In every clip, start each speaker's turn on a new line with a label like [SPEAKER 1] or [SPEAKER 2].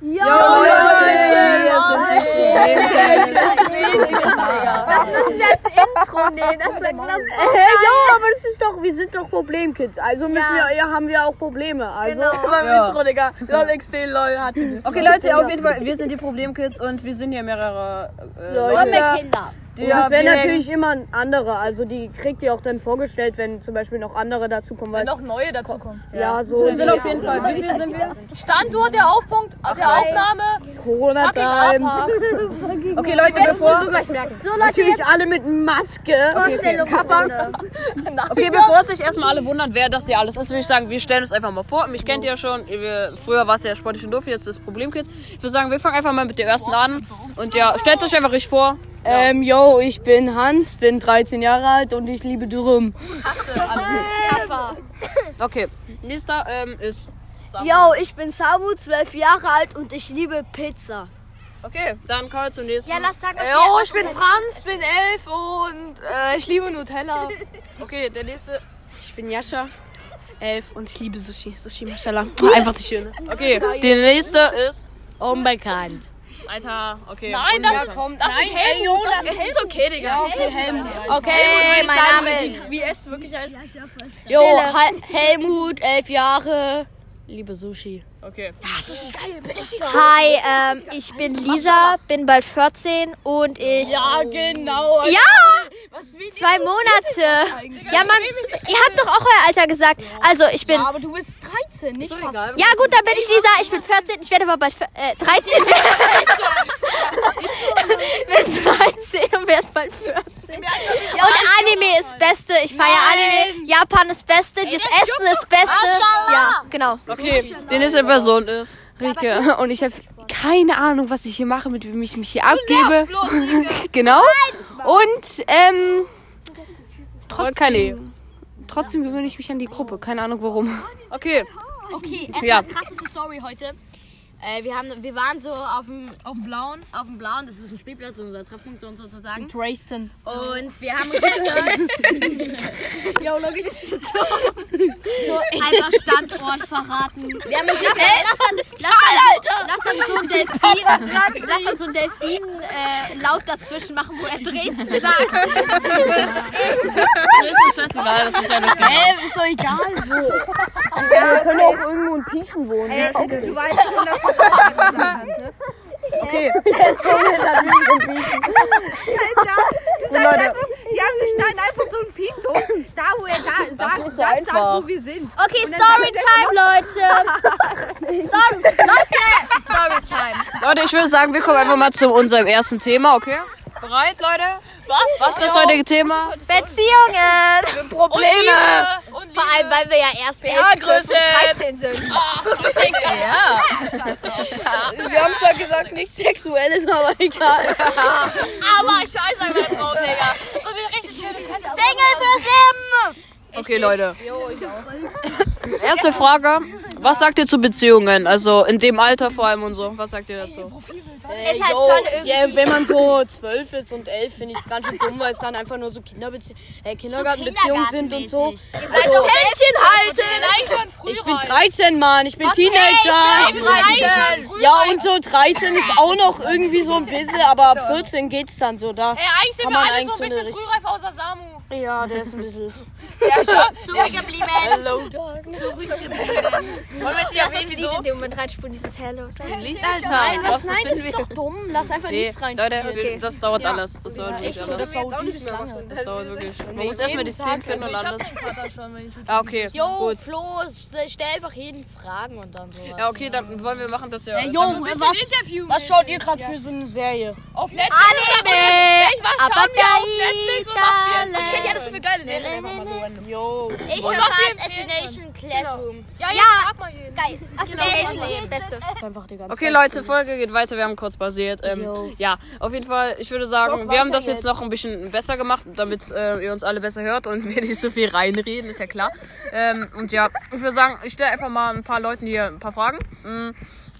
[SPEAKER 1] Jo, Leute!
[SPEAKER 2] Ah,
[SPEAKER 3] Das müssen wir als Intro nehmen. Das sagt man
[SPEAKER 1] Äh, ja, aber das ist doch, wir sind doch Problemkids. Also müssen wir, ja, haben wir auch Probleme. Also.
[SPEAKER 2] genau.
[SPEAKER 4] Aber
[SPEAKER 5] Ja.
[SPEAKER 4] Intro, Digga. LOL XD, LOL hat dieses.
[SPEAKER 5] Okay, Leute, auf jeden Fall, wir sind die Problemkids und wir sind hier mehrere äh,
[SPEAKER 1] Leute.
[SPEAKER 3] mit Kinder.
[SPEAKER 5] die
[SPEAKER 1] Und das wäre
[SPEAKER 5] wir-
[SPEAKER 1] natürlich immer ein anderer. Also die kriegt ihr auch dann vorgestellt, wenn zum Beispiel noch andere dazu kommen. Weißt,
[SPEAKER 2] Also,
[SPEAKER 4] Noch neue dazu kommen.
[SPEAKER 1] ja. so.
[SPEAKER 5] Wir sind auf jeden Fall. Wie viel sind wir?
[SPEAKER 4] Standort der Aufpunkt, der Aufnahme.
[SPEAKER 1] Corona-Time.
[SPEAKER 5] Okay, Leute, bevor,
[SPEAKER 3] So Leute,
[SPEAKER 1] Natürlich alle mit Maske.
[SPEAKER 3] Vorstellungsrunde.
[SPEAKER 5] okay, bevor sich erstmal alle wundern, wer das hier alles ist, würde ich sagen, wir stellen uns einfach mal vor. Mich kennt ihr ja schon. Wir, früher war es ja sportlich und doof, jetzt ist Problemkids. Ich würde sagen, wir fangen einfach mal mit der ersten an. Und ja, stellt euch einfach richtig vor.
[SPEAKER 1] Ähm, yo, ich bin Hans, bin 13 Jahre alt und ich liebe Dürüm.
[SPEAKER 5] Okay, nächster ähm, ist.
[SPEAKER 6] Yo, ich bin Samu, zwölf Jahre alt und ich liebe Pizza.
[SPEAKER 5] Okay, dann Karl zum nächsten.
[SPEAKER 3] Ja, lass sagen, was
[SPEAKER 4] Jo,
[SPEAKER 3] wir-
[SPEAKER 4] ich bin Franz, bin elf und äh, ich liebe Nutella.
[SPEAKER 5] Okay, der nächste.
[SPEAKER 4] Ich bin Jascha, elf und ich liebe Sushi. Sushi, Mashallah. Einfach die Schöne.
[SPEAKER 5] Okay, der nächste ist.
[SPEAKER 1] Unbekannt.
[SPEAKER 5] Alter, okay.
[SPEAKER 4] Nein, das ist, das ist Helmut. Das ist, okay, Digga.
[SPEAKER 1] Okay, mein Name ist.
[SPEAKER 4] Wie es wirklich heißt.
[SPEAKER 1] Jo, Hel- Helmut, 11 Jahre. Liebe Sushi.
[SPEAKER 5] Okay.
[SPEAKER 3] Hi, ähm, ich bin Lisa, bin bald 14 und ich.
[SPEAKER 1] Ja, genau.
[SPEAKER 3] Ja! Zwei Monate! Ja, Mann, ihr habt doch auch euer Alter gesagt. Also, ich bin.
[SPEAKER 1] Aber du bist 13, nicht fast.
[SPEAKER 3] Ja, gut, dann bin ich Lisa, ich bin 14, ich werde aber bald vier- äh, 13 werden. Ich bin 13 und werde bald 14. Und Anime ist Beste, ich feiere Anime. Japan ist Beste, das Essen ist Beste. Ja, genau.
[SPEAKER 5] Okay, die nächste Person ist.
[SPEAKER 4] Rike. Und ich habe keine Ahnung, was ich hier mache, mit wem ich mich hier abgebe. genau. Und ähm,
[SPEAKER 5] Trotzdem. Keine. Ehe.
[SPEAKER 4] trotzdem gewöhne ich mich an die Gruppe. Keine Ahnung warum.
[SPEAKER 5] Okay.
[SPEAKER 2] Okay, erstmal
[SPEAKER 5] Ja.
[SPEAKER 2] krasseste Story heute. Äh, wir, haben, wir waren so auf dem, auf dem Blauen. Auf dem Blauen, das ist ein Spielplatz, unser Treffpunkt so- sozusagen.
[SPEAKER 1] Dresden.
[SPEAKER 2] Und wir haben uns gehört. Jo, logisch ist zu dumm. So, einfach Standort verraten. Wir haben uns gehört. Lass dann, lass dann, lass dann so ein Delfin, lass dann so ein Delfin äh, laut dazwischen machen, wo er Dresden sagt.
[SPEAKER 5] Das ist scheißegal, das ist ja nicht genau.
[SPEAKER 1] ist doch egal wo. Wir können auch irgendwo in Pieschen wohnen. Äh,
[SPEAKER 6] Du weißt schon, dass
[SPEAKER 5] Okay,
[SPEAKER 6] du sagst einfach, ja, wir schneiden einfach so einen Piepton, da wo er da sagt,
[SPEAKER 5] ist
[SPEAKER 6] das
[SPEAKER 5] so einfach.
[SPEAKER 6] sagt, wo wir sind.
[SPEAKER 3] Okay, Storytime, Leute. Story, Leute, Storytime.
[SPEAKER 5] Leute, ich würde sagen, wir kommen einfach mal zu unserem ersten Thema, okay? Bereit, Leute? Was? Was ist das heutige Thema?
[SPEAKER 3] Beziehungen.
[SPEAKER 5] Probleme!
[SPEAKER 3] Vor allem, weil wir ja erst elf sind
[SPEAKER 5] Grüße.
[SPEAKER 3] und 13 sind.
[SPEAKER 5] Ja.
[SPEAKER 1] wir haben zwar gesagt, nichts Sexuelles, aber egal.
[SPEAKER 4] Aber ich scheiße einfach drauf, Digga. Und wir richtig schöne
[SPEAKER 3] Single fürs Leben.
[SPEAKER 5] Okay, Leute. Erste Frage. Was sagt ihr zu Beziehungen? Also in dem Alter vor allem und so. Was sagt ihr dazu?
[SPEAKER 3] Ist halt schon irgendwie.
[SPEAKER 1] Ja, wenn man so 12 ist und 11, finde ich es ganz schön dumm, weil es dann einfach nur so Kinderbezie äh, Kindergartenbeziehungen sind und so. Also,
[SPEAKER 3] Ihr seid doch Händchen halten.
[SPEAKER 4] Eigentlich schon früher.
[SPEAKER 1] Ich bin 13, Mann. Ich bin Teenager.
[SPEAKER 3] ich bin auch 13.
[SPEAKER 1] Ja, und so 13 ist auch noch irgendwie so ein bisschen, aber ab 14 geht's dann so da.
[SPEAKER 4] Ey, eigentlich sind
[SPEAKER 1] Kann
[SPEAKER 4] wir
[SPEAKER 1] man
[SPEAKER 4] alle
[SPEAKER 1] eigentlich
[SPEAKER 4] so ein
[SPEAKER 1] so eine
[SPEAKER 4] bisschen
[SPEAKER 1] richtig-
[SPEAKER 4] frühreif außer Samu.
[SPEAKER 1] Ja, der ist ein bisschen.
[SPEAKER 3] Zurückgeblieben. Hello.
[SPEAKER 4] Wollen wir jetzt nicht
[SPEAKER 3] Lass
[SPEAKER 4] erwähnen,
[SPEAKER 3] uns Lied in
[SPEAKER 4] wieso?
[SPEAKER 3] dem Moment reinspulen, dieses Hello.
[SPEAKER 5] Lichtalter. Was
[SPEAKER 1] Nein, das ist doch dumm. Lass einfach
[SPEAKER 5] Nee,
[SPEAKER 1] nichts rein.
[SPEAKER 5] Leute, wir- das dauert alles. Das dauert wirklich
[SPEAKER 1] so,
[SPEAKER 5] alles.
[SPEAKER 1] das dauert nicht lange.
[SPEAKER 5] Das dauert wirklich. Man muss erstmal die Szenen finden und alles. Ah, okay.
[SPEAKER 2] Jo,
[SPEAKER 5] Gut.
[SPEAKER 2] Flo, stell einfach jeden Fragen und dann sowas.
[SPEAKER 5] Ja, okay, dann wollen wir machen, dass ihr.
[SPEAKER 1] Jo, Äh, was, was schaut ihr gerade für so eine Serie?
[SPEAKER 4] Auf Netflix oder so.
[SPEAKER 3] Anime.
[SPEAKER 4] Was
[SPEAKER 3] Aber
[SPEAKER 4] schauen wir auf Netflix und was wir...
[SPEAKER 3] Was kennt ihr
[SPEAKER 5] alles für geile Serien?
[SPEAKER 1] Jo.
[SPEAKER 2] Ich höre
[SPEAKER 4] was wir
[SPEAKER 2] gerade Assassination Classroom.
[SPEAKER 4] Ja, jetzt
[SPEAKER 3] Ja.
[SPEAKER 4] frag mal jeden.
[SPEAKER 3] Geil. Assassination Leben, beste.
[SPEAKER 5] Okay, Leute, Folge geht weiter. Wir haben kurz pausiert. Ähm, ja, auf jeden Fall, ich würde sagen, wir haben das jetzt noch ein bisschen besser gemacht, damit äh, ihr uns alle besser hört und wir nicht so viel reinreden, ist ja klar. Ähm, und ja, ich würde sagen, ich stelle einfach mal ein paar Leuten hier ein paar Fragen. Mm,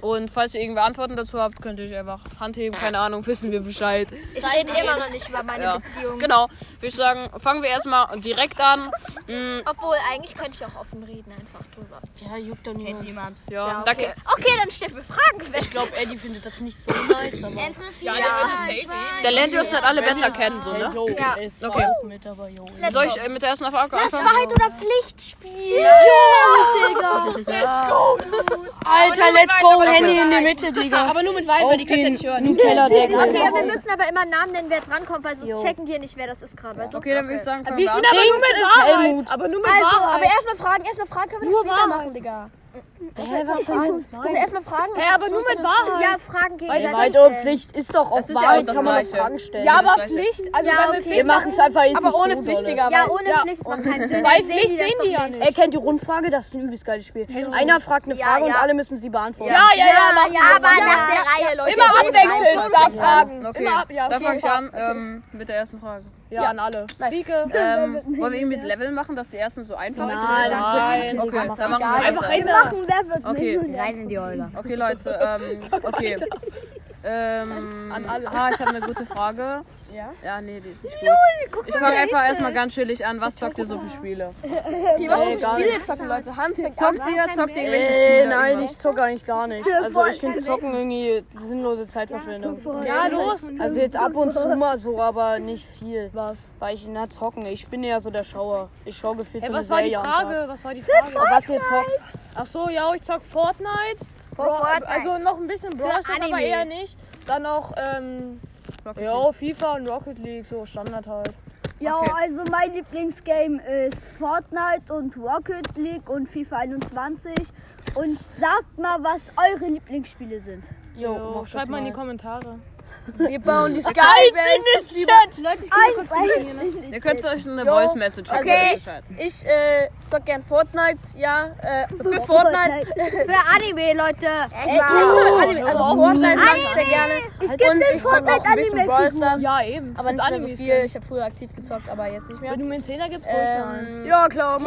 [SPEAKER 5] Und falls ihr irgendwelche Antworten dazu habt, könnt ihr euch einfach Hand heben, keine Ahnung, wissen wir Bescheid.
[SPEAKER 3] Ich rede immer noch nicht über meine
[SPEAKER 5] Ja.
[SPEAKER 3] Beziehung.
[SPEAKER 5] Genau. Würde ich sagen, fangen wir erstmal direkt an. Mm,
[SPEAKER 3] Obwohl, eigentlich könnte ich auch offen reden, einfach drüber.
[SPEAKER 1] Ja, juckt doch niemand.
[SPEAKER 3] jemand.
[SPEAKER 5] ja,
[SPEAKER 3] Ja,
[SPEAKER 5] danke.
[SPEAKER 3] okay. okay, dann stellen wir Fragen fest.
[SPEAKER 1] Ich glaube, Eddie findet das nicht so nice, aber.
[SPEAKER 3] Interessiert.
[SPEAKER 2] Ah,
[SPEAKER 5] Da lernt ihr uns halt alle besser kennen, so,
[SPEAKER 1] Hey,
[SPEAKER 5] ne?
[SPEAKER 1] yo,
[SPEAKER 3] Ja.
[SPEAKER 1] es war
[SPEAKER 5] Okay.
[SPEAKER 1] auch mit, aber yo.
[SPEAKER 3] Let's
[SPEAKER 5] Soll
[SPEAKER 3] go.
[SPEAKER 5] ich äh, mit der ersten Frage anfangen?
[SPEAKER 3] Wahrheit oder Pflichtspiel?
[SPEAKER 1] Alter, let's go, Handy in die Mitte, Digga. Aber nur mit Wein, weil die können ja nicht hören. Nutella-Deckel.
[SPEAKER 3] Ja, wir müssen aber immer Namen nennen, wer drankommt, weil sonst checken die ja nicht, wer das ist gerade. Weißt du?
[SPEAKER 5] Okay, dann würde ich sagen, fangen
[SPEAKER 7] Wir
[SPEAKER 5] wir
[SPEAKER 7] sind
[SPEAKER 5] an.
[SPEAKER 7] aber nur Äh, mit Wahrheit. Aber nur mit
[SPEAKER 3] Also,
[SPEAKER 7] Wahrheit.
[SPEAKER 3] aber erstmal fragen, erstmal fragen können wir das später machen.
[SPEAKER 1] Hä, was soll's?
[SPEAKER 3] Müssen wir erstmal fragen?
[SPEAKER 7] Ja, aber nur mit Wahrheit.
[SPEAKER 3] Ja, Fragen gegenseitig
[SPEAKER 1] Weite und
[SPEAKER 3] stellen.
[SPEAKER 1] Pflicht ist doch auch
[SPEAKER 5] ist ja auch
[SPEAKER 1] Wahrheit,
[SPEAKER 5] das
[SPEAKER 1] kann man doch
[SPEAKER 5] Gleiche.
[SPEAKER 1] Fragen stellen.
[SPEAKER 7] Ja, aber
[SPEAKER 5] das Gleiche.
[SPEAKER 7] Pflicht. Also
[SPEAKER 3] Ja,
[SPEAKER 7] wenn wir
[SPEAKER 3] okay.
[SPEAKER 7] Pflicht
[SPEAKER 1] Wir machen es einfach jetzt
[SPEAKER 7] aber
[SPEAKER 1] nicht
[SPEAKER 7] ohne
[SPEAKER 1] so
[SPEAKER 7] Pflicht,
[SPEAKER 1] dolle.
[SPEAKER 7] Digga.
[SPEAKER 3] Ja,
[SPEAKER 7] weil-
[SPEAKER 3] ohne Pflicht macht keinen
[SPEAKER 7] Weil
[SPEAKER 3] Sinn. Dann sehen die
[SPEAKER 7] Pflicht sehen
[SPEAKER 3] das
[SPEAKER 7] die
[SPEAKER 3] doch
[SPEAKER 7] ja
[SPEAKER 3] nicht.
[SPEAKER 1] Er kennt die Rundfrage, das ist ein übelst geiles Spiel. Einer fragt eine
[SPEAKER 3] Ja,
[SPEAKER 1] Frage und
[SPEAKER 3] ja.
[SPEAKER 1] alle müssen sie beantworten.
[SPEAKER 7] Ja, ja, ja.
[SPEAKER 3] Ja,
[SPEAKER 7] machen
[SPEAKER 3] ja,
[SPEAKER 7] wir.
[SPEAKER 3] aber nach der Reihe, Leute.
[SPEAKER 7] Immer abwechseln, da fragen.
[SPEAKER 5] Okay,
[SPEAKER 7] Immer ab, ja.
[SPEAKER 5] da
[SPEAKER 7] okay.
[SPEAKER 5] fange ich an ähm, mit der ersten Frage.
[SPEAKER 1] Ja, an alle.
[SPEAKER 5] Ähm, wollen wir ihn mit Level machen, dass die ersten so einfach sind?
[SPEAKER 1] Nein, das ist
[SPEAKER 5] Nein.
[SPEAKER 1] so
[SPEAKER 5] Okay,
[SPEAKER 1] einfach.
[SPEAKER 5] dann machen wir
[SPEAKER 7] Einfach
[SPEAKER 5] Level.
[SPEAKER 7] immer.
[SPEAKER 5] Okay,
[SPEAKER 3] Rein in die Eule.
[SPEAKER 5] okay, Leute. Ähm, okay. Ähm, An alle. Ah, ich habe eine gute Frage. Ja? Ja, nee, die ist nicht gut. ich fange einfach erstmal ganz chillig an. Was zockt ihr so für Spiele?
[SPEAKER 7] Okay, was
[SPEAKER 1] Nee,
[SPEAKER 7] für
[SPEAKER 1] gar
[SPEAKER 7] Spiele zocken, Leute? Hans fängt an.
[SPEAKER 5] Zockt ihr, zockt ihr irgendwelche
[SPEAKER 1] Ey,
[SPEAKER 5] Spiele?
[SPEAKER 1] Äh, nein,
[SPEAKER 5] irgendwas?
[SPEAKER 1] ich zocke eigentlich gar nicht. Also ich finde Zocken irgendwie sinnlose Zeitverschwendung.
[SPEAKER 7] Ja, los.
[SPEAKER 1] Also jetzt ab und zu mal so, aber nicht viel. Was? Weil ich, na, zocken. Ich bin ja so der Schauer. Ich schaue gefühlt so eine
[SPEAKER 7] Was war die
[SPEAKER 1] Serie am Tag.
[SPEAKER 7] Frage? Was war die Frage?
[SPEAKER 1] Aber was ihr zockt,
[SPEAKER 7] Ach so, ja, ich zock Fortnite.
[SPEAKER 3] Vor Fortnite.
[SPEAKER 7] Also noch ein bisschen Brawl Stars, aber
[SPEAKER 3] Anime.
[SPEAKER 7] eher nicht. Dann noch, ähm,
[SPEAKER 5] Rocket League.
[SPEAKER 7] ja, FIFA und Rocket League, so Standard halt.
[SPEAKER 8] Ja,
[SPEAKER 5] Okay.
[SPEAKER 8] also mein Lieblingsgame ist Fortnite und Rocket League und FIFA 21. Und sagt mal, was eure Lieblingsspiele sind.
[SPEAKER 1] jo, mach
[SPEAKER 7] So,
[SPEAKER 1] das
[SPEAKER 7] schreibt mal in die
[SPEAKER 1] mal.
[SPEAKER 7] Kommentare.
[SPEAKER 5] Ihr könnt euch eine Voice Message schicken.
[SPEAKER 9] Okay.
[SPEAKER 5] Bescheid.
[SPEAKER 9] Ich äh, zock gern Fortnite, ja. Äh, für Fortnite.
[SPEAKER 3] Für Anime, Leute.
[SPEAKER 9] Äh, Anime, also Fortnite mag ich sehr gerne.
[SPEAKER 8] Es gibt
[SPEAKER 9] Und
[SPEAKER 8] den
[SPEAKER 9] ich zock auch ein bisschen Brawl
[SPEAKER 8] Fortnite-Anime.
[SPEAKER 9] Stars,
[SPEAKER 7] Ja, eben.
[SPEAKER 9] aber
[SPEAKER 7] Und
[SPEAKER 9] nicht mehr so
[SPEAKER 7] Animes.
[SPEAKER 9] viel. Ich habe früher aktiv gezockt, aber jetzt nicht mehr.
[SPEAKER 7] Wenn du mir einen Zehner gibst, hol ich mir einen.
[SPEAKER 9] Ähm, ja, klar, jo.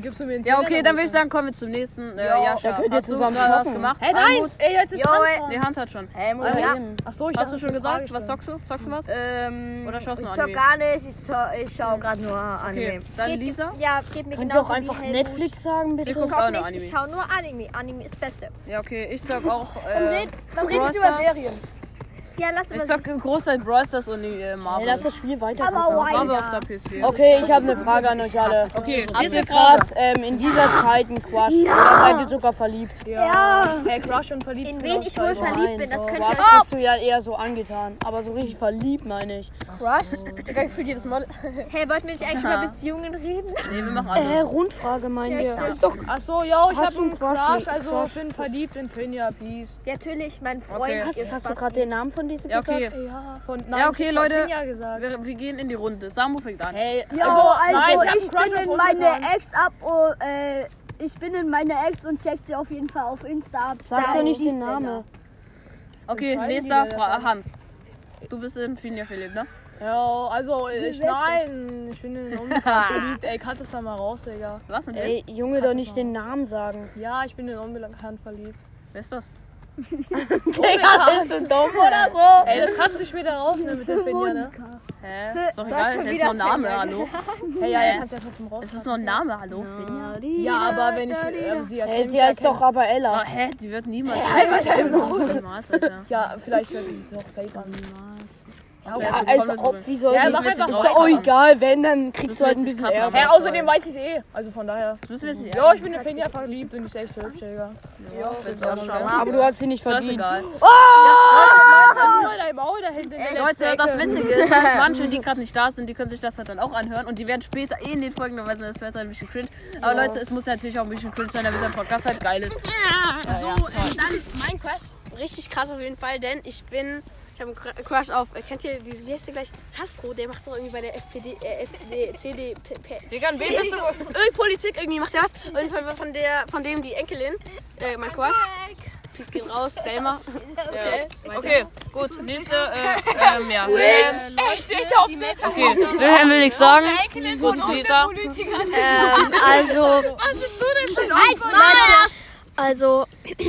[SPEAKER 7] Gibst du mir einen Zehner?
[SPEAKER 5] Ja, okay, dann würde ich sagen, kommen wir zum nächsten. Äh, Jascha,
[SPEAKER 1] Da könnt ihr
[SPEAKER 5] hast du
[SPEAKER 1] zusammen
[SPEAKER 5] gerade was
[SPEAKER 1] zocken.
[SPEAKER 5] gemacht?
[SPEAKER 7] Hey, Äh, nein!
[SPEAKER 5] Almut?
[SPEAKER 7] Ey, jetzt ist
[SPEAKER 9] Jo,
[SPEAKER 7] Hans
[SPEAKER 9] ey.
[SPEAKER 7] dran.
[SPEAKER 5] Nee, Hand hat schon.
[SPEAKER 3] Äh,
[SPEAKER 9] Helmut,
[SPEAKER 5] Also,
[SPEAKER 9] ja.
[SPEAKER 7] Ach so, ich
[SPEAKER 5] Hast du
[SPEAKER 7] dachte,
[SPEAKER 5] schon
[SPEAKER 7] eine
[SPEAKER 5] gesagt?
[SPEAKER 7] Frage
[SPEAKER 5] Was
[SPEAKER 7] stellen.
[SPEAKER 5] zockst du? Zockst du was?
[SPEAKER 9] Ähm,
[SPEAKER 5] Oder schaust du
[SPEAKER 9] ich
[SPEAKER 5] nur
[SPEAKER 9] zock
[SPEAKER 5] Anime?
[SPEAKER 9] gar nicht, ich schau, ich schau gerade nur Anime.
[SPEAKER 5] Okay, dann Lisa.
[SPEAKER 3] Ja, gebt mir
[SPEAKER 1] Könnt ihr
[SPEAKER 3] genauso
[SPEAKER 1] auch einfach
[SPEAKER 3] wie Helmut.
[SPEAKER 1] Netflix sagen,
[SPEAKER 5] Ich
[SPEAKER 1] bitte?
[SPEAKER 5] guck auch noch
[SPEAKER 3] Zock nicht, ich
[SPEAKER 5] Anime.
[SPEAKER 3] schau nur Anime. Anime ist das Beste.
[SPEAKER 5] Ja, okay, ich zock auch. Äh,
[SPEAKER 9] Dann
[SPEAKER 5] reden
[SPEAKER 9] reden
[SPEAKER 5] wir
[SPEAKER 9] wir
[SPEAKER 5] über
[SPEAKER 9] über Serien.
[SPEAKER 3] Ja, lass
[SPEAKER 5] ich
[SPEAKER 3] mal.
[SPEAKER 5] zock Großteil Brawl Stars und äh,
[SPEAKER 1] Ey,
[SPEAKER 5] Marvel.
[SPEAKER 1] lass das Spiel weiter.
[SPEAKER 5] Waren wir auf der PS4.
[SPEAKER 1] Okay, ich habe eine Frage an euch alle.
[SPEAKER 5] Okay,
[SPEAKER 1] Habt
[SPEAKER 5] diese
[SPEAKER 1] ihr
[SPEAKER 5] Frage.
[SPEAKER 1] gerade ähm, in dieser Zeit einen Crush? Oder seid ihr sogar verliebt?
[SPEAKER 7] Ja. Hey, Crush und verliebt.
[SPEAKER 3] In
[SPEAKER 7] sind
[SPEAKER 3] wen
[SPEAKER 7] auch
[SPEAKER 3] ich
[SPEAKER 7] toll.
[SPEAKER 3] wohl verliebt bin, das könnt ihr
[SPEAKER 1] Crush
[SPEAKER 3] euch
[SPEAKER 1] bist du ja eher so angetan. Aber so richtig verliebt, meine ich.
[SPEAKER 9] Crush? Digga, ich fühl jedes Mal.
[SPEAKER 3] Hey, wollten wir nicht eigentlich über Beziehungen reden?
[SPEAKER 5] Nee, wir machen
[SPEAKER 1] Äh,
[SPEAKER 5] alles.
[SPEAKER 1] Rundfrage, meinen wir.
[SPEAKER 7] Ach so, yo,
[SPEAKER 1] Hast
[SPEAKER 7] ich hab
[SPEAKER 1] du einen
[SPEAKER 7] einen
[SPEAKER 1] Crush?
[SPEAKER 7] Crush,
[SPEAKER 1] Nee,
[SPEAKER 7] also
[SPEAKER 1] Crush.
[SPEAKER 7] bin verliebt in Finja, peace.
[SPEAKER 3] Ja, natürlich, mein Freund.
[SPEAKER 5] Okay.
[SPEAKER 3] ihr
[SPEAKER 1] Hast, hast du
[SPEAKER 3] Spastis.
[SPEAKER 1] gerade den Namen von diesem
[SPEAKER 5] Ja,
[SPEAKER 1] gesagt?
[SPEAKER 5] okay.
[SPEAKER 7] Ja, von, nein,
[SPEAKER 5] Ja, okay,
[SPEAKER 7] ich hab
[SPEAKER 5] Leute.
[SPEAKER 7] Finja
[SPEAKER 1] Äh,
[SPEAKER 7] gesagt.
[SPEAKER 5] Wir, wir gehen in die Runde. Samu fängt an.
[SPEAKER 7] Hey,
[SPEAKER 8] Ja, also,
[SPEAKER 7] nein, ich hab
[SPEAKER 8] ich,
[SPEAKER 7] einen Crush
[SPEAKER 8] bin
[SPEAKER 7] auf
[SPEAKER 8] in meine
[SPEAKER 7] Rotenhaaren.
[SPEAKER 8] Ex ab. Oh, äh, ich bin in meine Ex und checkt sie auf jeden Fall auf Insta ab.
[SPEAKER 1] Sag
[SPEAKER 8] Sau,
[SPEAKER 1] doch nicht
[SPEAKER 8] die
[SPEAKER 1] den
[SPEAKER 8] ist denn
[SPEAKER 1] Namen.
[SPEAKER 5] Okay,
[SPEAKER 7] Ich weiß
[SPEAKER 5] nächster
[SPEAKER 7] nicht, wer das
[SPEAKER 5] Fra Hans. Du bist in Finja verliebt, ne?
[SPEAKER 7] Ja, also, ich, nein, ich bin in den Unbekannt verliebt. Ey, cut das da mal raus, Digga.
[SPEAKER 5] Was denn?
[SPEAKER 1] Ey, Junge, doch nicht den Namen sagen.
[SPEAKER 7] Ja, ich bin in den Unbekannt verliebt.
[SPEAKER 5] Wer ist das?
[SPEAKER 1] Digga, bist du dumm oder so?
[SPEAKER 7] Ey, das kannst du später rausnehmen mit der Finja, ne?
[SPEAKER 5] Hä? Ist doch
[SPEAKER 3] Du hast
[SPEAKER 5] egal,
[SPEAKER 3] schon
[SPEAKER 5] es ist
[SPEAKER 3] wieder
[SPEAKER 5] noch ein Name,
[SPEAKER 3] Finja.
[SPEAKER 5] hallo.
[SPEAKER 7] Hey, ja, ja, kannst ja trotzdem raus.
[SPEAKER 5] Es ist noch ein Name, hallo, Finja.
[SPEAKER 8] da?
[SPEAKER 7] Ja, aber wenn ich äh, sie
[SPEAKER 1] Ey,
[SPEAKER 7] erkenne.
[SPEAKER 1] sie heißt doch aber
[SPEAKER 5] Oh,
[SPEAKER 1] Ella.
[SPEAKER 5] hä? Die wird niemals. Hä, was denn?
[SPEAKER 7] Ja, vielleicht hört sie also es noch safe an.
[SPEAKER 1] Ja, als also ob, wie soll
[SPEAKER 7] Ja,
[SPEAKER 1] ja,
[SPEAKER 7] mach einfach
[SPEAKER 1] Ist
[SPEAKER 7] weiter.
[SPEAKER 1] doch auch Oh, egal, wenn, dann kriegst du
[SPEAKER 5] Müssen
[SPEAKER 1] halt ein
[SPEAKER 5] wir jetzt
[SPEAKER 1] bisschen
[SPEAKER 5] die Kappen
[SPEAKER 1] Ärger.
[SPEAKER 5] machen?
[SPEAKER 7] Hey, außerdem weiß ich es eh. Also von daher.
[SPEAKER 5] Das müssen wir jetzt nicht.
[SPEAKER 7] Ja, ich bin in Finja verliebt und ich selbst hübsch, Digga.
[SPEAKER 1] Aber du hast sie nicht verdient. Ah,
[SPEAKER 5] Scheißegal.
[SPEAKER 7] Hol dein Maul da hinten. in der
[SPEAKER 5] Leute,
[SPEAKER 7] letzten
[SPEAKER 5] das
[SPEAKER 7] Ecke.
[SPEAKER 5] Witzige ist halt, manche, die gerade nicht da sind, die können sich das halt dann auch anhören und die werden später eh in den Folgen dabei sein. Das wird halt ein bisschen cringe. Aber Leute, es muss natürlich auch ein bisschen cringe sein, damit der Podcast halt geil ist.
[SPEAKER 9] So, ähm, dann mein Crush. Richtig krass auf jeden Fall, denn ich bin. Ich habe einen Cr- Crush auf. äh, Kennt ihr diese, wie heißt der gleich? Zastro, der macht doch irgendwie bei der FPD, äh, FD, CD, P, P,
[SPEAKER 5] Digga, an wen bist du?
[SPEAKER 9] Irgendwie Politik, irgendwie macht er was. Auf jeden Fall von, der, von dem die Enkelin, äh, mein Crush. Peace geht raus, Selma. Okay.
[SPEAKER 5] Okay, gut, nächste, äh, ähm, ja. Ähm, okay, Wilhelm will nichts sagen. Gut, Lisa.
[SPEAKER 10] Ähm, also. Leute, also,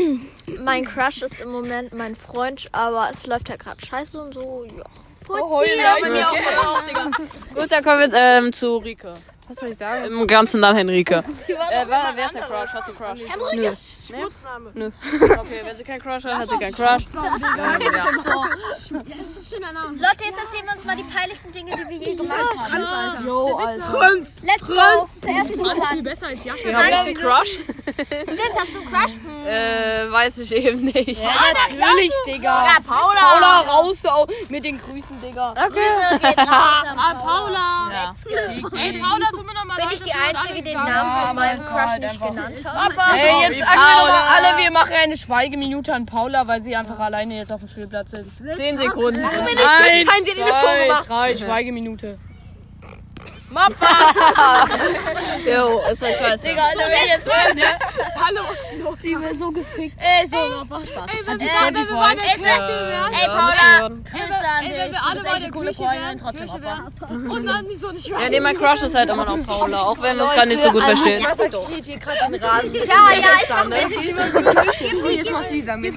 [SPEAKER 3] mein Crush ist im Moment mein Freund, aber es läuft ja gerade scheiße und so, ja.
[SPEAKER 5] Gut, dann kommen wir ähm, zu Rike.
[SPEAKER 4] Was soll ich sagen?
[SPEAKER 5] Im ganzen Namen Henrike. äh, wer, wer ist der Crush? Hast du einen Crush? Henrike ist Nö. Okay, wenn sie keinen Crush hat, hat sie keinen Crush. Dann, ja.
[SPEAKER 2] Leute, jetzt erzählen wir uns mal die peinlichsten Dinge, die wir je gemacht haben. Let's go. Zuerst du Platz.
[SPEAKER 5] Wie heißt die Crush?
[SPEAKER 2] Stimmt, hast du einen Crush?
[SPEAKER 5] Äh, weiß ich eben nicht.
[SPEAKER 1] Natürlich, Digga.
[SPEAKER 2] Ja, Paula.
[SPEAKER 1] Paula raus au- mit den Grüßen, Digga.
[SPEAKER 2] Grüße geht raus an Paula.
[SPEAKER 5] Ja.
[SPEAKER 7] Ey, Paula, tu mir noch mal
[SPEAKER 2] Bin ich die Einzige, die den Namen von meinem Crush nicht genannt hat?
[SPEAKER 1] Hey, jetzt angenommen mal alle, wir machen eine Schweigeminute an Paula, weil sie einfach alleine jetzt auf dem Spielplatz ist.
[SPEAKER 5] Zehn Sekunden.
[SPEAKER 1] Eins, zwei, drei, Schweigeminute.
[SPEAKER 5] Jo, ist halt scheiße.
[SPEAKER 1] Spotify.
[SPEAKER 2] Ey, Paula. Grüße an dich. Du bist echt eine coole Freundin und trotzdem Opfer.
[SPEAKER 5] Ja, nee, mein Crush ist halt immer noch Paula, auch wenn wir es gerade nicht so gut verstehen.
[SPEAKER 2] Ja, ja, ich mach mit.
[SPEAKER 4] Jetzt macht Lisa mit.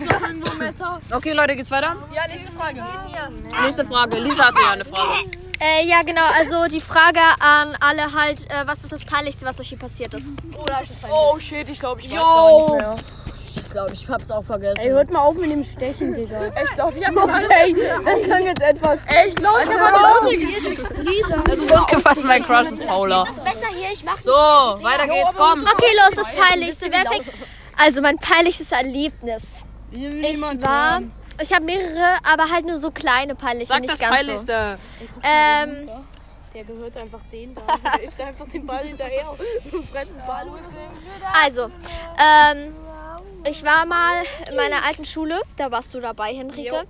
[SPEAKER 5] Okay, Leute, geht's weiter? Ja, nächste Frage. Nächste Frage. Lisa hat ja eine Frage.
[SPEAKER 3] Äh, ja, genau, also die Frage an alle halt, äh, was ist das Peinlichste, was euch hier passiert ist?
[SPEAKER 1] Oh shit, ich glaube, ich weiß gar nicht mehr.
[SPEAKER 2] Ich glaube, ich hab's auch vergessen.
[SPEAKER 1] Ey, hört mal auf mit dem Stechen, Digga. Ich glaube, ich habe Okay, das klang jetzt etwas. Echt, Leute,
[SPEAKER 5] Also kurz gefasst, mein Crush ist Paula.
[SPEAKER 2] Besser hier, ich mach
[SPEAKER 5] So, weiter geht's, komm.
[SPEAKER 3] Okay, los, das Peinlichste. Wer fängt? Also mein peinlichstes Erlebnis. Ich war, ich habe mehrere, aber halt nur so kleine peinliche,
[SPEAKER 5] Sag das
[SPEAKER 3] nicht ganz
[SPEAKER 5] Peinlichste.
[SPEAKER 3] so. Ähm,
[SPEAKER 1] Der gehört einfach den da. Der ist einfach den Ball hinterher. So einen fremden Ball oder so.
[SPEAKER 3] also, ähm, ich war mal in meiner alten Schule, da warst du dabei, Henrike.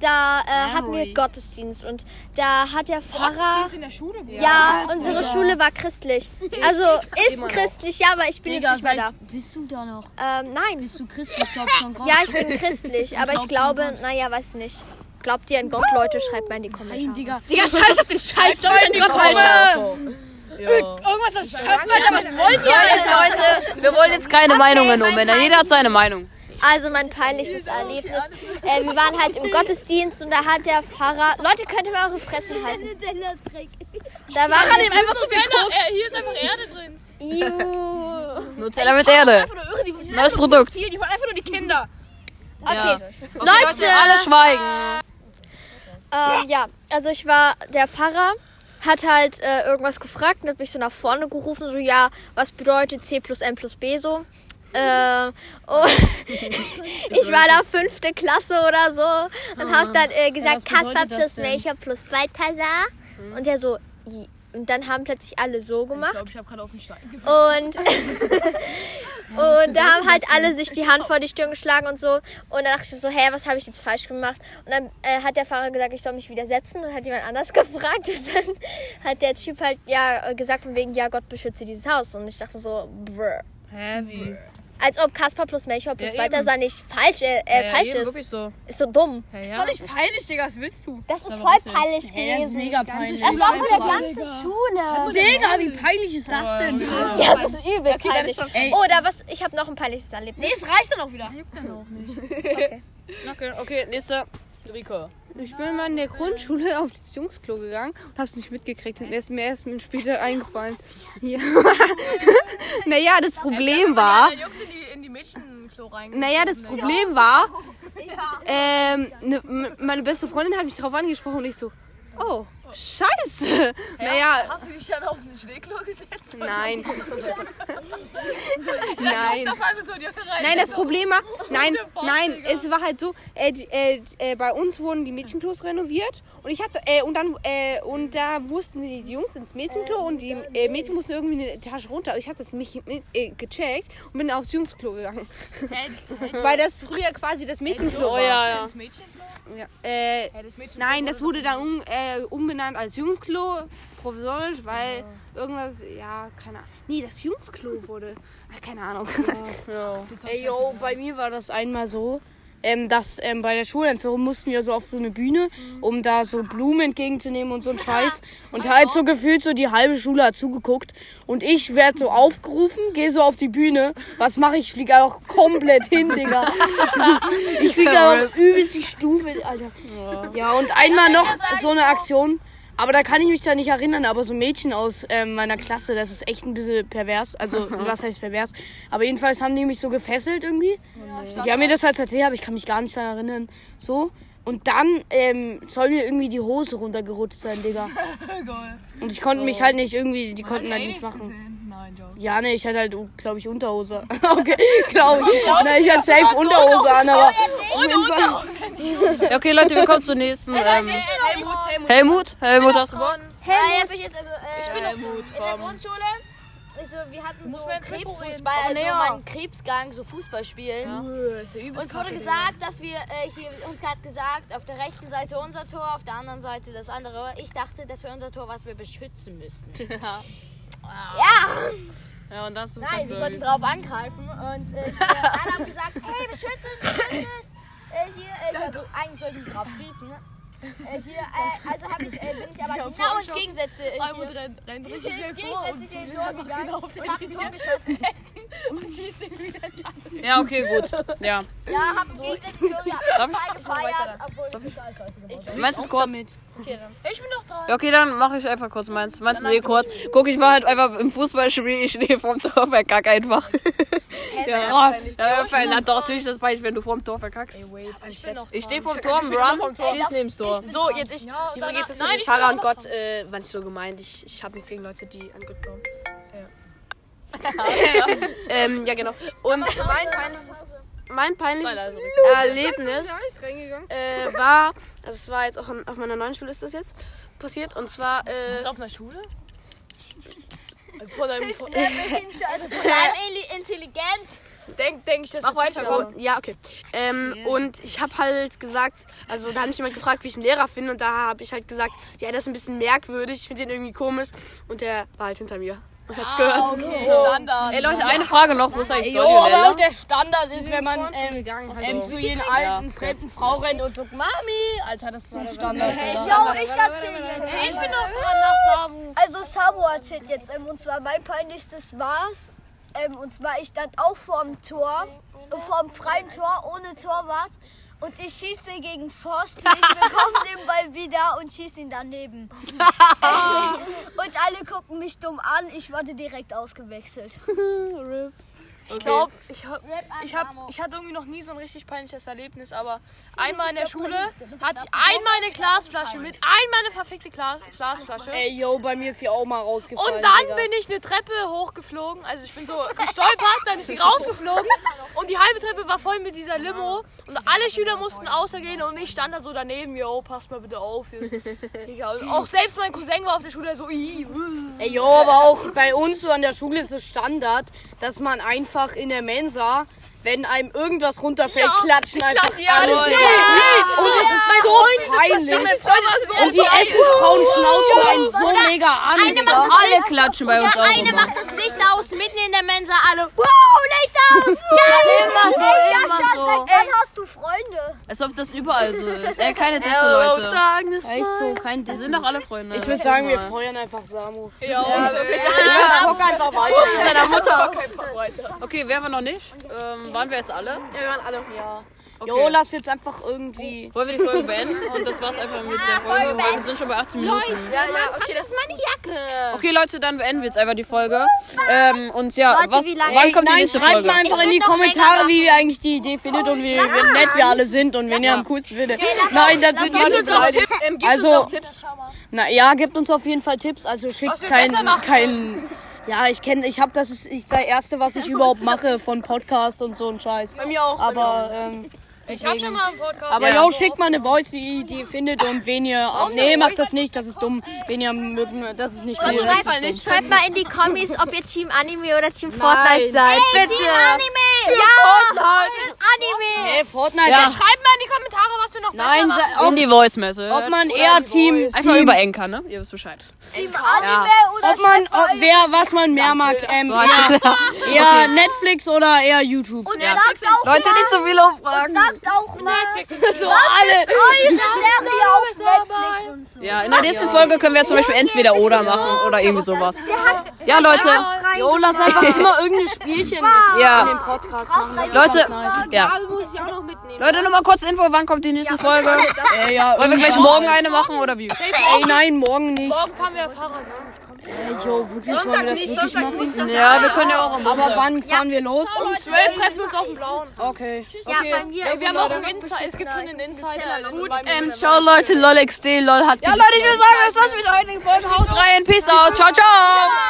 [SPEAKER 3] Da äh, hatten wir Gottesdienst und da hat der Pfarrer.
[SPEAKER 1] in der Schule? Ja.
[SPEAKER 3] Ja, unsere Schule war christlich. Also ist christlich, ja, aber ich bin jetzt nicht mehr
[SPEAKER 7] Bist du da noch?
[SPEAKER 3] da. Ähm, nein.
[SPEAKER 7] Bist du Christ? Ich glaub schon Gott.
[SPEAKER 3] Ja, ich bin christlich, aber ich glaube, naja, weiß nicht. Glaubt ihr an Gott, Leute? Schreibt mal in die Kommentare.
[SPEAKER 5] Digga, scheiß auf den Scheiß, Deutsch in Gott, Alter.
[SPEAKER 1] Irgendwas, das schafft Alter, was wollt ihr?
[SPEAKER 5] Leute, wir wollen jetzt keine Meinungen
[SPEAKER 3] mein
[SPEAKER 5] umbenennen. Jeder hat seine Meinung.
[SPEAKER 3] Also mein peinlichstes Erlebnis. Äh, wir waren halt im Gottesdienst und da hat der Pfarrer... Leute, könnt ihr mal eure Fressen halten? Da war äh, er einfach zu viel Koks.
[SPEAKER 7] Hier ist einfach Erde drin.
[SPEAKER 3] Juhu.
[SPEAKER 5] Nutella mit Erde. Neues Produkt.
[SPEAKER 9] Die wollen einfach nur die Kinder.
[SPEAKER 5] Ja.
[SPEAKER 3] Leute!
[SPEAKER 5] alle schweigen.
[SPEAKER 3] Ähm, ja, also ich war der Pfarrer, hat halt äh, irgendwas gefragt und hat mich so nach vorne gerufen, so ja, was bedeutet C plus M plus B so? Äh, und ich war da fünfte Klasse oder so und
[SPEAKER 1] Ah.
[SPEAKER 3] hab dann äh, gesagt, Kasper plus Melcher plus Balthasar. Und der so, "I." und dann haben plötzlich alle so gemacht.
[SPEAKER 1] Mhm. Ich habe gerade auf den Stein.
[SPEAKER 3] Und, und da haben halt alle sich die Hand vor die Stirn geschlagen und so. Und dann dachte ich mir so, hä, was habe ich jetzt falsch gemacht? Und dann äh, hat der Fahrer gesagt, ich soll mich widersetzen und hat jemand anders gefragt. Und dann hat der Typ halt ja äh, gesagt von wegen, ja, Gott beschütze dieses Haus. Und ich dachte mir so, brr.
[SPEAKER 5] Heavy.
[SPEAKER 3] Als ob Kaspar plus Melchior plus
[SPEAKER 5] Ja,
[SPEAKER 3] Balthasar nicht falsch, äh, äh, falsch ist.
[SPEAKER 5] Wirklich so.
[SPEAKER 3] Ist so dumm.
[SPEAKER 5] Ja,
[SPEAKER 9] Das ist doch nicht peinlich, Digga. Was willst du?
[SPEAKER 3] Das ist voll
[SPEAKER 1] Das
[SPEAKER 3] peinlich
[SPEAKER 1] ist
[SPEAKER 3] gewesen.
[SPEAKER 1] mega peinlich.
[SPEAKER 3] Das war für die ganze Schule.
[SPEAKER 7] Digga, wie peinlich ist das denn?
[SPEAKER 3] Ja, das ist übel
[SPEAKER 9] dann
[SPEAKER 3] peinlich.
[SPEAKER 9] ist schon-
[SPEAKER 3] Oder was, ich habe noch ein peinliches Erlebnis.
[SPEAKER 9] Nee, es reicht dann auch wieder.
[SPEAKER 5] Okay, okay, nächste. Rico.
[SPEAKER 4] Ich bin mal in der Grundschule auf das Jungsklo gegangen und hab's nicht mitgekriegt. Und mir ist mir erst mit später eingefallen. Ja. naja, das Problem war.
[SPEAKER 7] Jungs in die, in die Mädchenklo rein.
[SPEAKER 4] Naja, das Problem war. Ähm, ne, m- meine beste Freundin hat mich drauf angesprochen und ich so. Oh, scheiße. Naja,
[SPEAKER 7] Hast du dich dann auf den Schneeklo gesetzt?
[SPEAKER 4] nein. nein.
[SPEAKER 7] Auf einmal so die rein.
[SPEAKER 4] Nein, das Problem war, nein, nein, es war halt so, äh, die- äh, äh, bei uns wurden die Mädchenklos renoviert und ich hatte, äh, und dann, äh, und da mussten die Jungs ins Mädchenklo und die äh, Mädchen mussten irgendwie eine Etage runter. Aber Ich hatte das nicht mit, äh, gecheckt und bin aufs Jungsklo gegangen. Weil das früher quasi das Mädchenklo
[SPEAKER 5] Oh
[SPEAKER 4] war.
[SPEAKER 5] ja, ja.
[SPEAKER 7] Das Mädchen?
[SPEAKER 4] Ja. Äh, nein, das wurde dann um, äh, umbenannt als Jungsklo, provisorisch, weil irgendwas, ja, keine Ahnung. Nee, das Jungsklo wurde, ah, keine Ahnung.
[SPEAKER 1] Ey, yo, bei mir war das einmal so. ähm, dass ähm, bei der Schulentführung mussten wir so auf so eine Bühne, um da so Blumen entgegenzunehmen und so ein Scheiß. Und halt so gefühlt so die halbe Schule hat zugeguckt. Und ich werd so aufgerufen, gehe so auf die Bühne. Was mache ich? Ich fliege auch komplett hin, Digga. Ich fliege auch übelst die Stufe, Alter. Ja, und einmal noch so eine Aktion. Aber da kann ich mich da nicht erinnern, aber so Mädchen aus ähm, meiner Klasse, das ist echt ein bisschen pervers. Also, was heißt pervers? Aber jedenfalls haben die mich so gefesselt irgendwie. Die haben mir das halt erzählt, aber ich kann mich gar nicht daran erinnern. So. Und dann ähm, soll mir irgendwie die Hose runtergerutscht sein, Digga. Und ich konnte mich halt nicht irgendwie, die konnten halt nicht machen.
[SPEAKER 7] Nein, Joe.
[SPEAKER 1] Ja, ne, ich hatte halt, glaube ich, Unterhose. okay, glaube ich. Nein, ich hatte safe Unterhose an, aber.
[SPEAKER 5] Ja, okay, Leute, wir kommen zur nächsten. Ähm,
[SPEAKER 3] Äh,
[SPEAKER 7] Helmut, Helmut.
[SPEAKER 5] Helmut, Helmut, hast du gewonnen?
[SPEAKER 2] Helmut. Ja, ich, jetzt also, äh, ich bin
[SPEAKER 5] Helmut,
[SPEAKER 2] in der Grundschule. Also wir hatten so Krebsfußball,
[SPEAKER 7] reden?
[SPEAKER 2] also
[SPEAKER 7] Oh, nee,
[SPEAKER 2] meinen Krebsgang, so Fußball spielen.
[SPEAKER 7] Ist ja
[SPEAKER 2] Uns
[SPEAKER 7] übelst
[SPEAKER 2] wurde gesagt, dass wir äh, hier, uns hat gesagt, auf der rechten Seite unser Tor, auf der anderen Seite das andere. Ich dachte, das wäre unser Tor, was wir beschützen müssen.
[SPEAKER 5] Ja.
[SPEAKER 2] Ja,
[SPEAKER 5] Ja, und das ist
[SPEAKER 2] nein, wir sollten drauf angreifen und äh, wir alle haben gesagt, hey, beschütze es, beschütze es. Äh, hier, äh, also eigentlich sollten wir drauf schießen. Äh, hier, äh, also hab ich, äh, bin ich aber genau ins Gegensätze. Äh, hier.
[SPEAKER 7] Helmut rennt, rennt richtig
[SPEAKER 2] Ich bin ins
[SPEAKER 7] schnell vor und
[SPEAKER 2] Gegensätzliche Tor gegangen,
[SPEAKER 7] auf
[SPEAKER 2] hab ein Tor geschossen.
[SPEAKER 7] und schießt ihn wieder.
[SPEAKER 5] Ja, okay, gut. Ja.
[SPEAKER 2] Ja, hab so, gegenseitig
[SPEAKER 5] Darf
[SPEAKER 2] total gefeiert, obwohl ich total scheiße gemacht habe.
[SPEAKER 5] Meinst du es kurz?
[SPEAKER 7] Ich bin doch dran.
[SPEAKER 5] Ja, okay, dann mache ich einfach kurz meins. Meins ist eh kurz. Guck, ich war halt einfach im Fußballspiel, ich stehe vorm Tor, verkack einfach. ja. Krass. Ja, ja, na, doch, natürlich das Peinlich, wenn du vorm Tor verkackst.
[SPEAKER 7] Ich bin noch
[SPEAKER 5] Ich stehe vorm Tor, im Run, schieß neben das Tor.
[SPEAKER 11] So, jetzt ich.
[SPEAKER 7] Ja,
[SPEAKER 11] Übrigens
[SPEAKER 7] danach-
[SPEAKER 11] jetzt
[SPEAKER 7] Nein,
[SPEAKER 11] mit dem
[SPEAKER 7] ich
[SPEAKER 11] Pfarrer
[SPEAKER 7] bin
[SPEAKER 11] und Gott äh, war nicht so gemeint. Ich, ich habe nichts gegen Leute, die an Gott glauben. Ja. ähm, ja, genau. Und mein peinliches, mein peinliches Erlebnis äh, war, also es war jetzt auch in, auf meiner neuen Schule ist das jetzt passiert. Und zwar, äh,
[SPEAKER 7] Bist du auf einer Schule? Also vor deinem vor also
[SPEAKER 2] Bleib intelligent.
[SPEAKER 7] denk, denk ich, dass
[SPEAKER 5] Mach weiter, komm.
[SPEAKER 11] und, ja, okay. Ähm, Und ich habe halt gesagt, also da hat mich jemand gefragt, wie ich einen Lehrer finde. Und da habe ich halt gesagt, ja, das ist ein bisschen merkwürdig, ich finde den irgendwie komisch. Und der war halt hinter mir und hat's gehört.
[SPEAKER 7] Standard.
[SPEAKER 5] Ey, Leute, eine Frage noch. Wo ist eigentlich
[SPEAKER 1] Jo, aber auch
[SPEAKER 5] Sonja?
[SPEAKER 1] der Standard ist, wenn man ähm, ähm, zu jenen alten fremden Frau rennt und sagt, Mami, Alter, das ist so ein Standard. Oder?
[SPEAKER 8] Yo, ich erzähle jetzt.
[SPEAKER 7] Ich bin noch dran nach Samu.
[SPEAKER 8] Also Sabo erzählt jetzt ähm, und zwar mein peinlichstes war's. Ähm, und zwar ich stand auch vorm Tor, äh, vorm freien Tor ohne Torwart und ich schieße gegen Pfosten. Ich bekomme den Ball wieder und schieße ihn daneben. und alle gucken mich dumm an. Ich wurde direkt ausgewechselt.
[SPEAKER 7] Ich glaube, ich hab, ich hab, ich hatte irgendwie noch nie so ein richtig peinliches Erlebnis, aber einmal in der Schule hatte ich einmal eine Glasflasche mit, einmal eine verfickte Glas, Glasflasche.
[SPEAKER 1] Ey, yo, bei mir ist hier auch mal rausgefallen.
[SPEAKER 7] Und dann
[SPEAKER 1] Digga.
[SPEAKER 7] bin ich eine Treppe hochgeflogen. Also ich bin so gestolpert, dann ist sie rausgeflogen. Und die halbe Treppe war voll mit dieser
[SPEAKER 1] Genau.
[SPEAKER 7] Limo. Und alle Schüler mussten außergehen und ich stand da so daneben. Yo, passt mal bitte auf. Jungs. Digga. Und auch selbst mein Cousin war auf der Schule so. "Ih, wuh."
[SPEAKER 1] Ey, jo, aber auch bei uns so an der Schule ist es Standard, dass man einfach in der Mensa, wenn einem irgendwas runterfällt, klatschen einfach
[SPEAKER 7] klatschen, ja,
[SPEAKER 1] alle.
[SPEAKER 7] das
[SPEAKER 1] Digga. Und es ist so peinlich. Und die Essensfrauen schnauzen einen so mega an. Digga.
[SPEAKER 5] Alle klatschen bei uns auch.
[SPEAKER 2] Eine
[SPEAKER 5] immer.
[SPEAKER 2] macht das Licht aus, mitten in der Mensa, alle. Wow, Licht aus!
[SPEAKER 5] Immer so, immer so.
[SPEAKER 8] Wann hast du Freunde?
[SPEAKER 5] Als ob das überall so ist. Ey, keine Disse, Leute.
[SPEAKER 11] Darkness,
[SPEAKER 1] Echt so, kein
[SPEAKER 5] Wir
[SPEAKER 1] Dis.
[SPEAKER 5] sind doch alle Freunde.
[SPEAKER 1] Ich würde sagen, wir feuern einfach Samu.
[SPEAKER 7] Ja, wirklich.
[SPEAKER 1] Ich guck einfach weiter.
[SPEAKER 11] seiner Mutter.
[SPEAKER 5] Okay, wer war noch nicht? Ähm, waren wir jetzt alle?
[SPEAKER 11] Ja, wir waren alle.
[SPEAKER 5] Okay.
[SPEAKER 1] Jo, lass jetzt einfach irgendwie.
[SPEAKER 5] Wollen wir die Folge beenden? Und das war's einfach mit der Ah, Folge, weil wir sind schon bei 18 Minuten.
[SPEAKER 11] Ja, ja, okay, das ist
[SPEAKER 5] Okay, Leute, dann beenden wir jetzt einfach die Folge. Ähm, und ja, was, wann kommt die
[SPEAKER 1] Nein,
[SPEAKER 5] nächste
[SPEAKER 1] schreibt
[SPEAKER 5] Folge?
[SPEAKER 1] mal einfach in die Kommentare, wie ihr eigentlich die Idee findet und wie, wie nett wir alle sind und wenn ihr am coolsten findet. Nein, dann sind wir nicht beleidigt. Also, na ja, gebt uns auf jeden Fall Tipps. Also schickt keinen, keinen. Ja, ich kenne, ich habe, das ist ich, das erste, was ich überhaupt mache von Podcasts und so ein Scheiß. Bei mir auch. Aber ähm,
[SPEAKER 7] Ich hab schon mal einen Podcast.
[SPEAKER 1] aber yo, schickt mal eine Voice, wie ihr die findet und wen ihr. Nee, macht das nicht, das ist dumm. Wen ihr mögen, das ist nicht cool. Das ist dumm.
[SPEAKER 3] Schreibt mal in die Kommis, ob ihr Team Anime oder Team Fortnite seid.
[SPEAKER 2] Team Anime!
[SPEAKER 8] Anime! Ja! Für Anime!
[SPEAKER 1] Ey, Fortnite.
[SPEAKER 5] Ja.
[SPEAKER 1] das-
[SPEAKER 7] Schreibt mal in die Kommentare, was wir noch
[SPEAKER 1] Nein,
[SPEAKER 7] besser machen.
[SPEAKER 1] sei-
[SPEAKER 5] In die Voice Message.
[SPEAKER 1] Ob man eher Team,
[SPEAKER 5] Einfach
[SPEAKER 1] Team
[SPEAKER 5] über Enker, ne? Ihr wisst Bescheid.
[SPEAKER 8] Team Anime oder
[SPEAKER 1] ob man,
[SPEAKER 8] Stefan?
[SPEAKER 1] ob wer, was man mehr mag, ähm,
[SPEAKER 5] So
[SPEAKER 1] eher,
[SPEAKER 5] heißt es.
[SPEAKER 1] eher Netflix oder eher YouTube.
[SPEAKER 8] Und sagt auch
[SPEAKER 5] Leute,
[SPEAKER 8] mal,
[SPEAKER 5] nicht so viel umfragen.
[SPEAKER 8] sagt auch mal,
[SPEAKER 1] so alle.
[SPEAKER 8] eure Serie auf Netflix und so.
[SPEAKER 5] Ja, in der nächsten Folge können wir zum Beispiel entweder oder machen oder irgendwie sowas. Ja, Leute.
[SPEAKER 1] Jo, lass einfach immer irgendein Spielchen in den
[SPEAKER 5] Ja,
[SPEAKER 1] Podcast machen. Das ist
[SPEAKER 5] Leute.
[SPEAKER 1] ganz Nice.
[SPEAKER 5] Ja. Leute, nochmal kurz Info, wann kommt die nächste Folge? Wollen
[SPEAKER 1] Äh, ja,
[SPEAKER 5] wir
[SPEAKER 1] irgendwie
[SPEAKER 5] gleich
[SPEAKER 1] auch.
[SPEAKER 5] morgen eine machen oder wie?
[SPEAKER 1] Ey, nein, morgen nicht.
[SPEAKER 7] Morgen fahren wir Fahrrad. ne?
[SPEAKER 1] Ey, jo, wirklich, wollen wir das wirklich machen?
[SPEAKER 5] Ja, wir können ja auch am
[SPEAKER 1] Aber
[SPEAKER 5] Montag.
[SPEAKER 1] wann fahren wir los?
[SPEAKER 7] Um 12 treffen wir uns auf dem Blauen.
[SPEAKER 1] Okay.
[SPEAKER 5] Okay.
[SPEAKER 7] Ey, wir haben auch einen Insider. Es gibt schon einen Insider. Gut, ähm,
[SPEAKER 11] Ciao Leute, LolXD, LOL hat
[SPEAKER 5] Ja, Leute, ich würde sagen, das war's mit der heutigen Folge. Haut rein, peace out, ciao, ciao.